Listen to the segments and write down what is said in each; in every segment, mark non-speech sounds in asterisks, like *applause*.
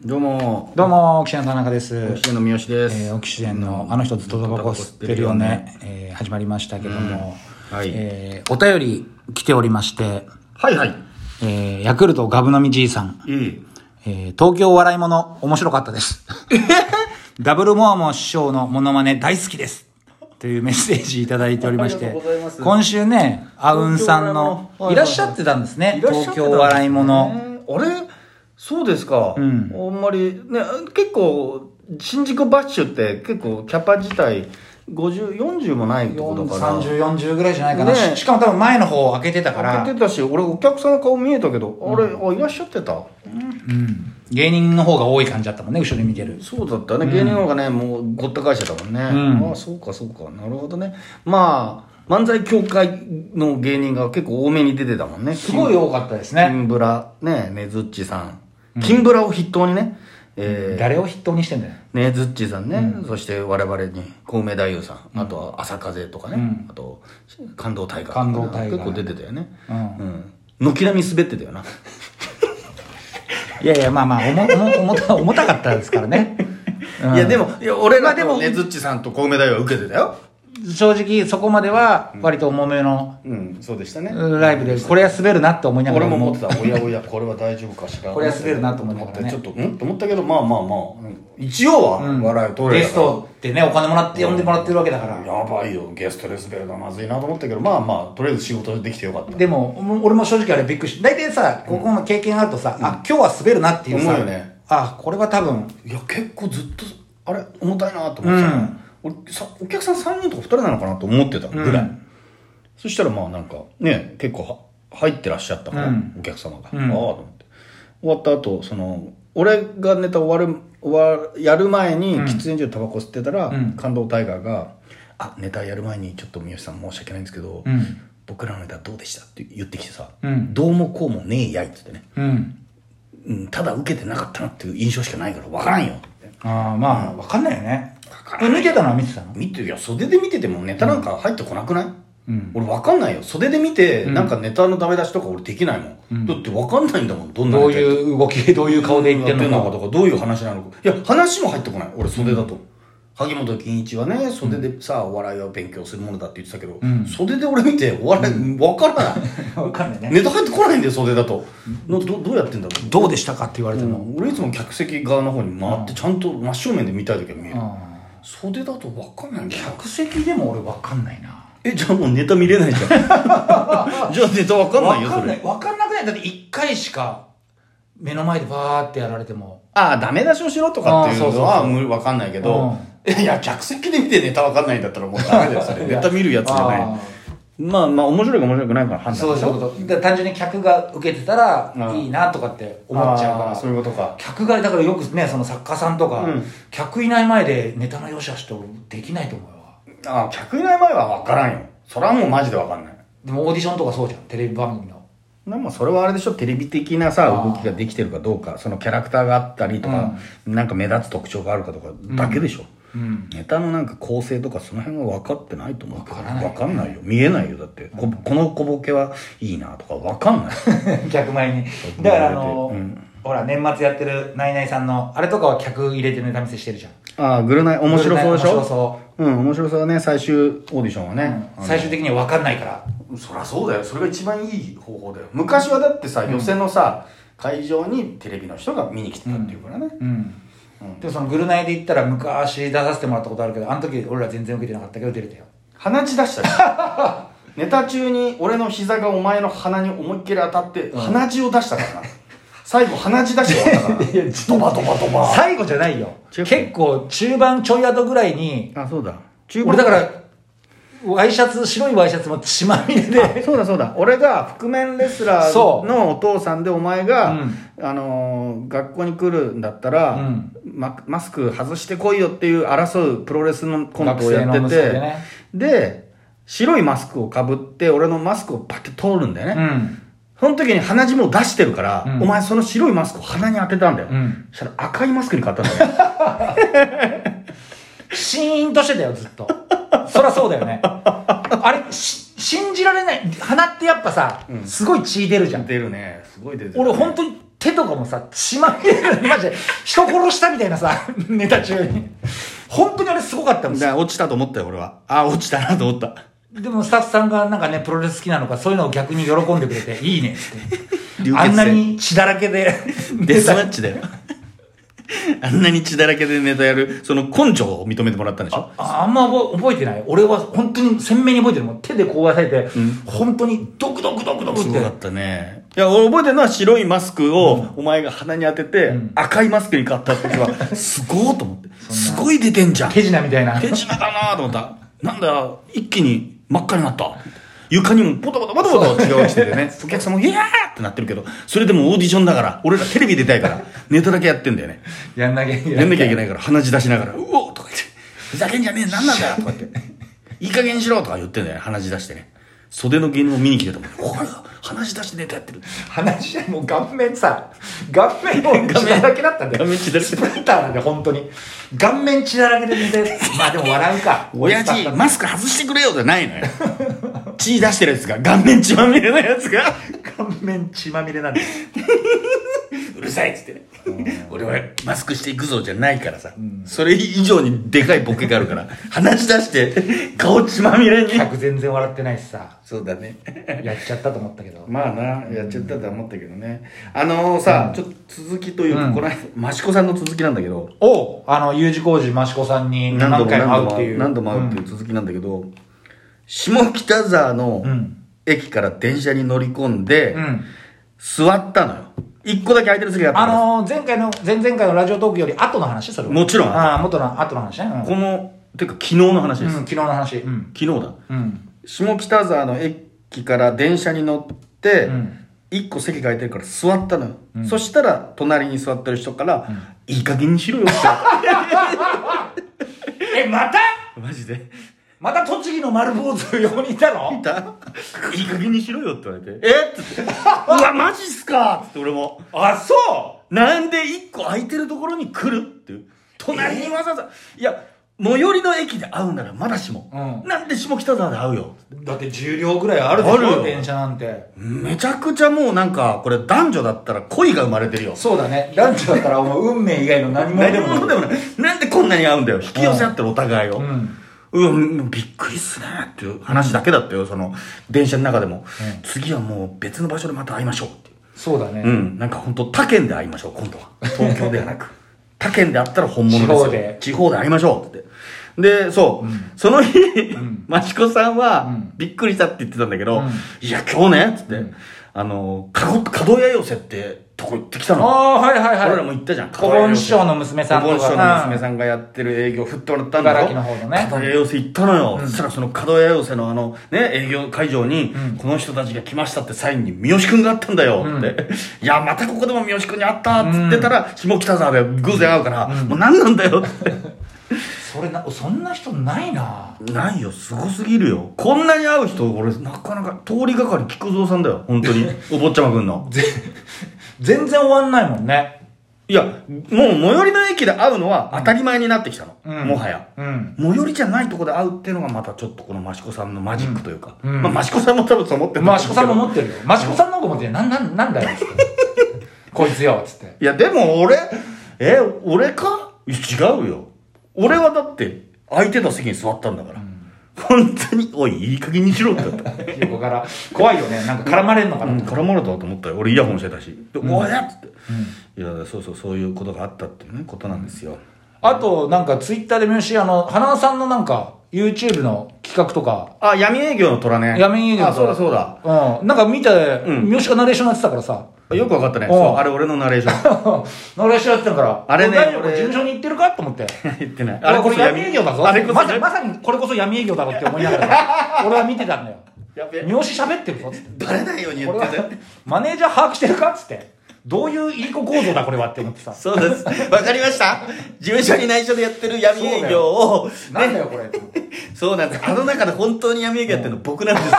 どうもどうも、オキシデン田中です。オキシデンの三好です、えーオキシデンの、あの人ずっとタバコ吸ってるよね、えー始まりましたけども、うんはいえーお便り来ておりまして、はいはいえーヤクルトガブ飲みじいさん、いいえー東京笑いもの面白かったです。 *laughs* ダブルモアモ師匠のモノマネ大好きです。というメッセージいただいておりまあしりてがとうございます、今週ね、アウンさんの東京笑いものはいはいはいいらっしゃってたんですね、いらっしゃってたんですね東京笑いもの。あれそうですか、んあんまりね結構新宿バッシュって結構キャパ自体5040もないとこだから30、40ぐらいじゃないかな。ねししかも多分前の方を開けてたから。開けてたし俺お客さんの顔見えたけど、あれあいらっしゃってた、うん、芸人の方が多い感じだったもんね後ろで見てるそうだったね芸人の方がね、もうごった返してたもんね、うんああそうかそうかなるほどねまあ漫才協会の芸人が結構多めに出てたもんねすごい多かったですキね、ンブラ、ね、ねずっちさん。キンブラを筆頭にね、え誰を筆頭にしてんだよー、ねずっちさんね、そして我々に、小梅太夫さん、あとは朝風とかね、あと、感動大河。感動大河結構出てたよね。ううん。軒並み滑ってたよな。いやいやまあ *laughs* まあ重重重た重たかったですからね、うんいや、でも、いや、俺らでも、ねずっちさんと小梅太夫は受けてたよ。正直そこまでは割と重めのうん、そうでしたね。うんライブでこれは滑るなって思いながら俺も思ってた、おやおや、これは大丈夫かしら。これは滑るなと思いながらねちょっと、んと思ったけど、まあまあまあ、一応はうん笑いを取れゲたスからトってねお金もらって呼んでもらってるわけだからやばいよゲストレスベルのはまずいなと思ったけどまあまあとりあえず仕事できてよかったでももう俺も正直あれびっくりして大体さここの経験あるとさ、あ今日は滑るなっていうさ思うよねあこれは多分いや結構ずっとあれ重たいなと思ってた、俺さお客さん3人とか2人なのかなと思ってたぐらい、うんそしたらまあなんかね結構は入ってらっしゃったから、うんお客様が、うんああと思って終わった後その俺がネタ終わる終わやる前にうん喫煙所でタバコ吸ってたら、うん感動タイガーが「あネタやる前にちょっと三好さん申し訳ないんですけど、うん僕らのネタどうでした?」って言ってきてさ「うんどうもこうもねえやい」っつってね、うんうん「ただ受けてなかったなっていう印象しかないから分からんよ」ってああまあ分かんないよね抜けたのは見てたの見ていや袖で見ててもネタなんか入ってこなくない、うん俺分かんないよ袖で見て、うんなんかネタのダメ出しとか俺できないもん、うんだって分かんないんだもんどんなネどタういう動き、どういう顔で言ってやんのかか。とかどういう話なのかいや話も入ってこない俺袖だと、萩本欽一はね袖でさ、お笑いを勉強するものだって言ってたけど、ん袖で俺見てお笑い分からない、 *laughs* わかんないね。ネタ入ってこないんだよ袖だとのどどうやってんだろうどうでしたかって言われてでも。も俺いつも客席側の方に回ってちゃんと真正面で見たい時は見える、袖だと分かんないんだよ客席でも俺わかんないな。えじゃあもうネタ見れない *laughs* じゃんじゃあネタ分かんないよわかそんない。れわかんなくない。だって一回しか目の前でバーってやられても。ああダメ出しをしろとかっていうのあーはそう無分かんないけど、いや客席で見てネタ分かんないんだったらもうダメだよそれネタ見るやつじゃないあまあまあ面白いか面白くないかの判断ーそうそういうこと。だから単純に客が受けてたらいいなとかって思っちゃうかあーら。そういうことか客がだからよくね、その作家さんとか、うん客いない前でネタの良し悪しとできないと思うよ。ああ客いない前は分からんよそれはもうマジで分かんないでもオーディションとかそうじゃん、テレビ番 *laughs* 組の。でもそれはあれでしょテレビ的なさあー動きができてるかどうかそのキャラクターがあったりとか、なんか目立つ特徴があるかとかだけでしょ、うん。ネタのなんか構成とかその辺は分かってないと思うけど分からない分かんないよ見えないよだって、ここの小ボケはいいなとか分かんない客前にそうだからあの、うんほら年末やってるナイナイさんのあれとかは客入れてネタ見せしてるじゃんああぐるない面白そうでしょ面白そううん面白そうだね最終オーディションはね、う最終的には分かんないからそりゃそうだよそれが一番いい方法だよ昔はだってさ寄席のさ、会場にテレビの人が見に来てたっていうからね、うん、でもそのグルナイで言ったら昔出させてもらったことあるけどあの時俺ら全然受けてなかったけど出れたよ鼻血出したよ *laughs* ネタ中に俺の膝がお前の鼻に思いっきり当たって鼻血を出したからな最後鼻血出して終わったからドバドバドバ最後じゃないよ中結構中盤ちょい後ぐらいにあそうだ中俺だからワイシャツ白いワイシャツも血まみれでそうだそうだ俺が覆面レスラーそうのお父さんでお前が、うんあのー学校に来るんだったら、うんママスク外してこいよっていう争うプロレスのコントをやって学生の息て子で,、でね白いマスクをかぶって俺のマスクをバッて通るんだよね、うんその時に鼻血もう出してるから、うんお前その白いマスクを鼻に当てたんだよ、うんそしたら赤いマスクに変わったんだよシーンとしてたよずっとそりゃそうだよ *laughs* ねあれし信じられない鼻ってやっぱさ、すごい血出るじゃん出るねすごい出てる、俺本当に手手とかもさ、血まみれる。マジで、人殺したみたいなさ、ネタ中に。本当にあれすごかったんですよ。だから落ちたと思ったよ、俺は。あ、落ちたなと思 *laughs* った。でもスタッフさんがなんかね、プロレス好きなのか、そういうのを逆に喜んでくれて、いいねっつっ流血て。性あんなに血だらけで、デスマッチだよ。 *laughs* あんなに血だらけでネタやる、その根性を認めてもらったんでしょああんま覚え覚えてない俺は本当に鮮明に覚えてるもう手でこうやされて、本当にドクドクドクドクっすごかてったね。いや、俺覚えてるのは白いマスクをお前が鼻に当てて、赤いマスクに変わった時は、すごーと思 *laughs* って。すごい出てんじゃん。手品みたいな手品だなと思った。なんだ、一気に真っ赤になった。床にもポタポタポタポタ血が落ちててね。 *laughs* お客さんもイエーってなってるけど、それでもオーディションだから、俺らテレビ出たいから、ネタだけやってんだよね。やんなきゃいけなやいんなきゃいけないから、鼻血出しながら、うおとか言って、ふざけんじゃねえ、なんなんだよとか言って、いい加減にしろとか言ってんだよね、鼻血出してね。袖の芸人を見に来てたもん。おい、鼻血出してネタやってる。話し合いもう顔面さ顔面もう血だらけだったんだよ顔面血だらけスプリンターなんで本当に顔面血だらけで出てまあでも笑うか親おやじ父さ、んだマスク外してくれよじゃないのよ。血出してるやつが、顔面血まみれのやつが、顔面血まみれなんでうるさいっつってね。俺はマスクしていくぞじゃないからさ。それ以上にでかいボケがあるから、鼻血出して、顔血まみれに。客全然笑ってないしさそうだね。やっちゃったと思ったけどまあな、やっちゃったとは思ったけどね。あのさ、ちょっと続きというか、うんこの間、益子さんの続きなんだけど、おあの U 字工事益子さんに何度何も回何度も会うもっていう何度も会うっていう続きなんだけど、下北沢のうん駅から電車に乗り込んで、うん、うん座ったのよ。一個だけ空いてる席があったあののー前回の、前々回のラジオトークより後の話それはもちろんああ、元の後の話ね。うんこの、てか昨日の話うんです。昨日の話。うん。昨日だ。うん。下北沢の駅から電車に乗って、ん一個席が空いてるから座ったのよ、そしたら隣に座ってる人から「いい加減にしろよ」ってえ、また *laughs* マジでまた栃木の丸坊主4人いたのいたいい加減にしろよって言われて「えっ?」つって「うわマジっすか!」って俺もあ、そ「うなんで一個空いてるところに来る?」っていう隣にわざわざ「いや最寄りの駅で会うならまだしも、うんなんで下北沢で会うよ」だって重量ぐらいあるでしあるよょ電車なんて。めちゃくちゃもうなんかこれ男女だったら恋が生まれてるよそうだね。ランチだったら、お前、運命以外の何も何で者もでない。もない。なんでこんなに合うんだよ。引き寄せ合ってるお互いを。うん。うん、びっくりっすねっていう話だけだったよ、その、電車の中でも。次はもう別の場所でまた会いましょうっていそうだう。うね。ん、なんか本当他県で会いましょう、今度 *laughs* は。東京ではなく。他県で会ったら本物ですよ。地方で地方で会いましょうって。で、そう、その日、マシコさんは、びっくりしたって言ってたんだけど、いや、今日ね、つって、あの、かご、かどや寄せってとこ行ってきたの。ああー、はいはいはい。俺らも行ったじゃん。小盆師匠の娘さんと小か。盆師匠の娘さんがやってる営業振ってもらったんだろ茨城の方のね角屋寄せ行ったのよ。そしたらその角屋寄せのあの、ね、営業会場に、この人たちが来ましたってサインに三好くんがあったんだよって。いや、またここでも三好くんに会ったって言ってたら、下北沢で偶然会うから、もう何なんだよって。それな、そんな人ないな。ないよ、すごすぎるよ。こんなに会う人、俺、なかなか、通りがかり菊蔵さんだよ、本当 *laughs* に。お坊ちゃまくんの。全然終わんないもんね。いや、もう最寄りの駅で会うのは当たり前になってきたの。うんもはや。うん。最寄りじゃないとこで会うっていうのがまたちょっとこの益子さんのマジックというか、うんうんまあ益子さんも多分そう思ってると思う益子さんもけ持ってるよ益子さんの方が持ってるよなんなんなんだよっつって *laughs* こいつよっつってどいやでも俺え俺かいや違うよ俺はだって空いてた席に座ったんだから、本当においいい加減にしろって言った横から怖いよねなんか *laughs* 絡まれんのかうな、ん絡まれたと思ったよ俺イヤホンしてたし「でおい!」っつって、いやそうそうそういうことがあったっていうねことなんですよ、あとなんかツイッターで見るしあの花輪さんのなんか YouTube の企画とかあ闇営業の虎ね闇営業の虎あそうだそうだうんなんか見て、うん三好がナレーションやってたからさ *laughs* よくわかったねおうそうあれ俺のナレーション *laughs* ナレーションやってたからあれねお前らこ俺事務所に行ってるかと思って言ってないあれこれ闇営業だぞあれこそまさまさにこれこそ闇営業だろって思いなが *laughs* ら俺は見てたんだよやべえ三好喋ってるぞっつってバレないように言これってはる。マネージャー把握してるかっつってどういういりこ構造だこれはって思ってさそうです。わかりました事務所に内緒でやってる闇営業を、なんだね、よこれって思ってそうなんです。あの中で本当に闇営業やってるの僕なんです。 *laughs*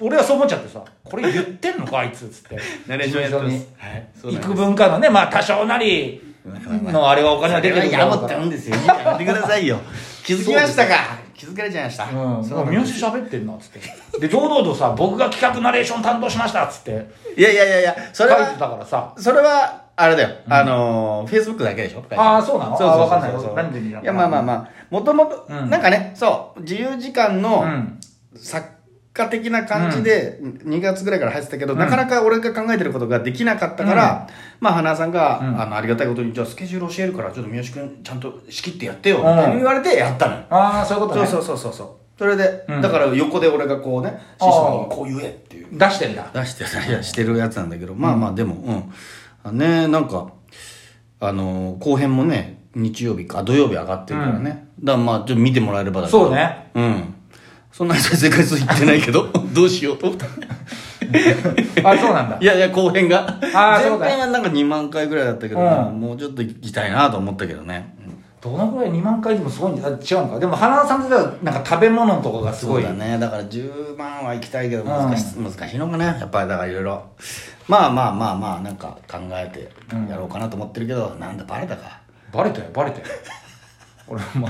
俺はそう思っちゃってさこれ言ってんのかあいつっつってナレーションやってま事す務。はい。そ所うなにんです幾分かのねまあ多少なりのあれはお金は出てるそれは野暮ってら *laughs* 言うんですよ。いいからやめてくださいよ。気づきましたか気づかれちゃいました。うん、もう三好喋ってんなっつってで堂々とさ僕が企画ナレーション担当しましたっつっていやいやいやいや、そ書いれては、たからさそれは、あれだよ。あのー、Facebook だけでしょああそうなのそうそうそうあーわかんないわなんで見たのいや、まあまあまあ、もともと、うんなんかね、そう、自由時間のうん作家的な感じで、2月ぐらいから入ってたけど、なかなか俺が考えてることができなかったから、まあ、花さんが、あの、ありがたいことに、じゃあスケジュール教えるから、ちょっと三好くん、ちゃんと仕切ってやってよ、って言われてやったのよ。ああそういうことそうねそうそうそうそう。それで、うんだから横で俺がこうね、師匠にこう言えっていう。出して *laughs* んだ出してたりはしてるやつなんだけど、まあまあでも、うんあ。ねなんか、あのー後編もね、日曜日か、土曜日上がってるからね。だからまあ、ちょっと見てもらえればだけどそうね。うん。そんなに再生回数いってないけど、 *laughs* どうしよう *laughs* と。あそうなんだいやいや、後編が。前あーそうだ編はなんか2万回ぐらいだったけど、うんもうちょっと行きたいなと思ったけどね。うんどのぐらい2万回でもすごいんだあ違うのかでも花さんってなんか食べ物とかがすそごういだね。だから10万は行きたいけど、難し,、難しいのかね。やっぱりだからいろいろ。まあまあまあまあ、なんか考えてやろうかなと思ってるけど、なんだ、バレたか。バレたよバレたよ俺も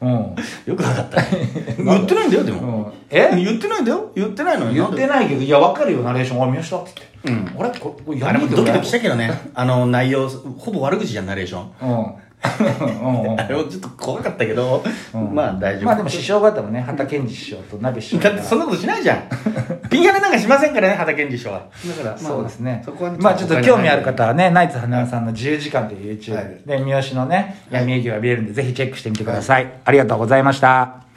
うんよくわかった、 *laughs* 言ってないんだよ、でも。うんえ言ってないんだよ。言ってないのに。言ってないけどいや分かるよナレーション俺見ましたって言って、うん、俺これこれやあられなもきゃドキドキしたけどね。あの、内容、ほぼ悪口じゃん、ナレーション。うん *laughs* うんうんうんあれもちょっと怖かったけど、まあ大丈夫。まあでも師匠方もね畑健二師匠と鍋師匠 *laughs* だってそんなことしないじゃん。 *laughs* ピンハネなんかしませんからね、畑健二師匠は。だから、まあそうですねそこはねまあちょっと興味ある方はねナイツ花輪さんの自由時間という YouTube で、三好のね闇営業が見れるんでぜひチェックしてみてください、ありがとうございました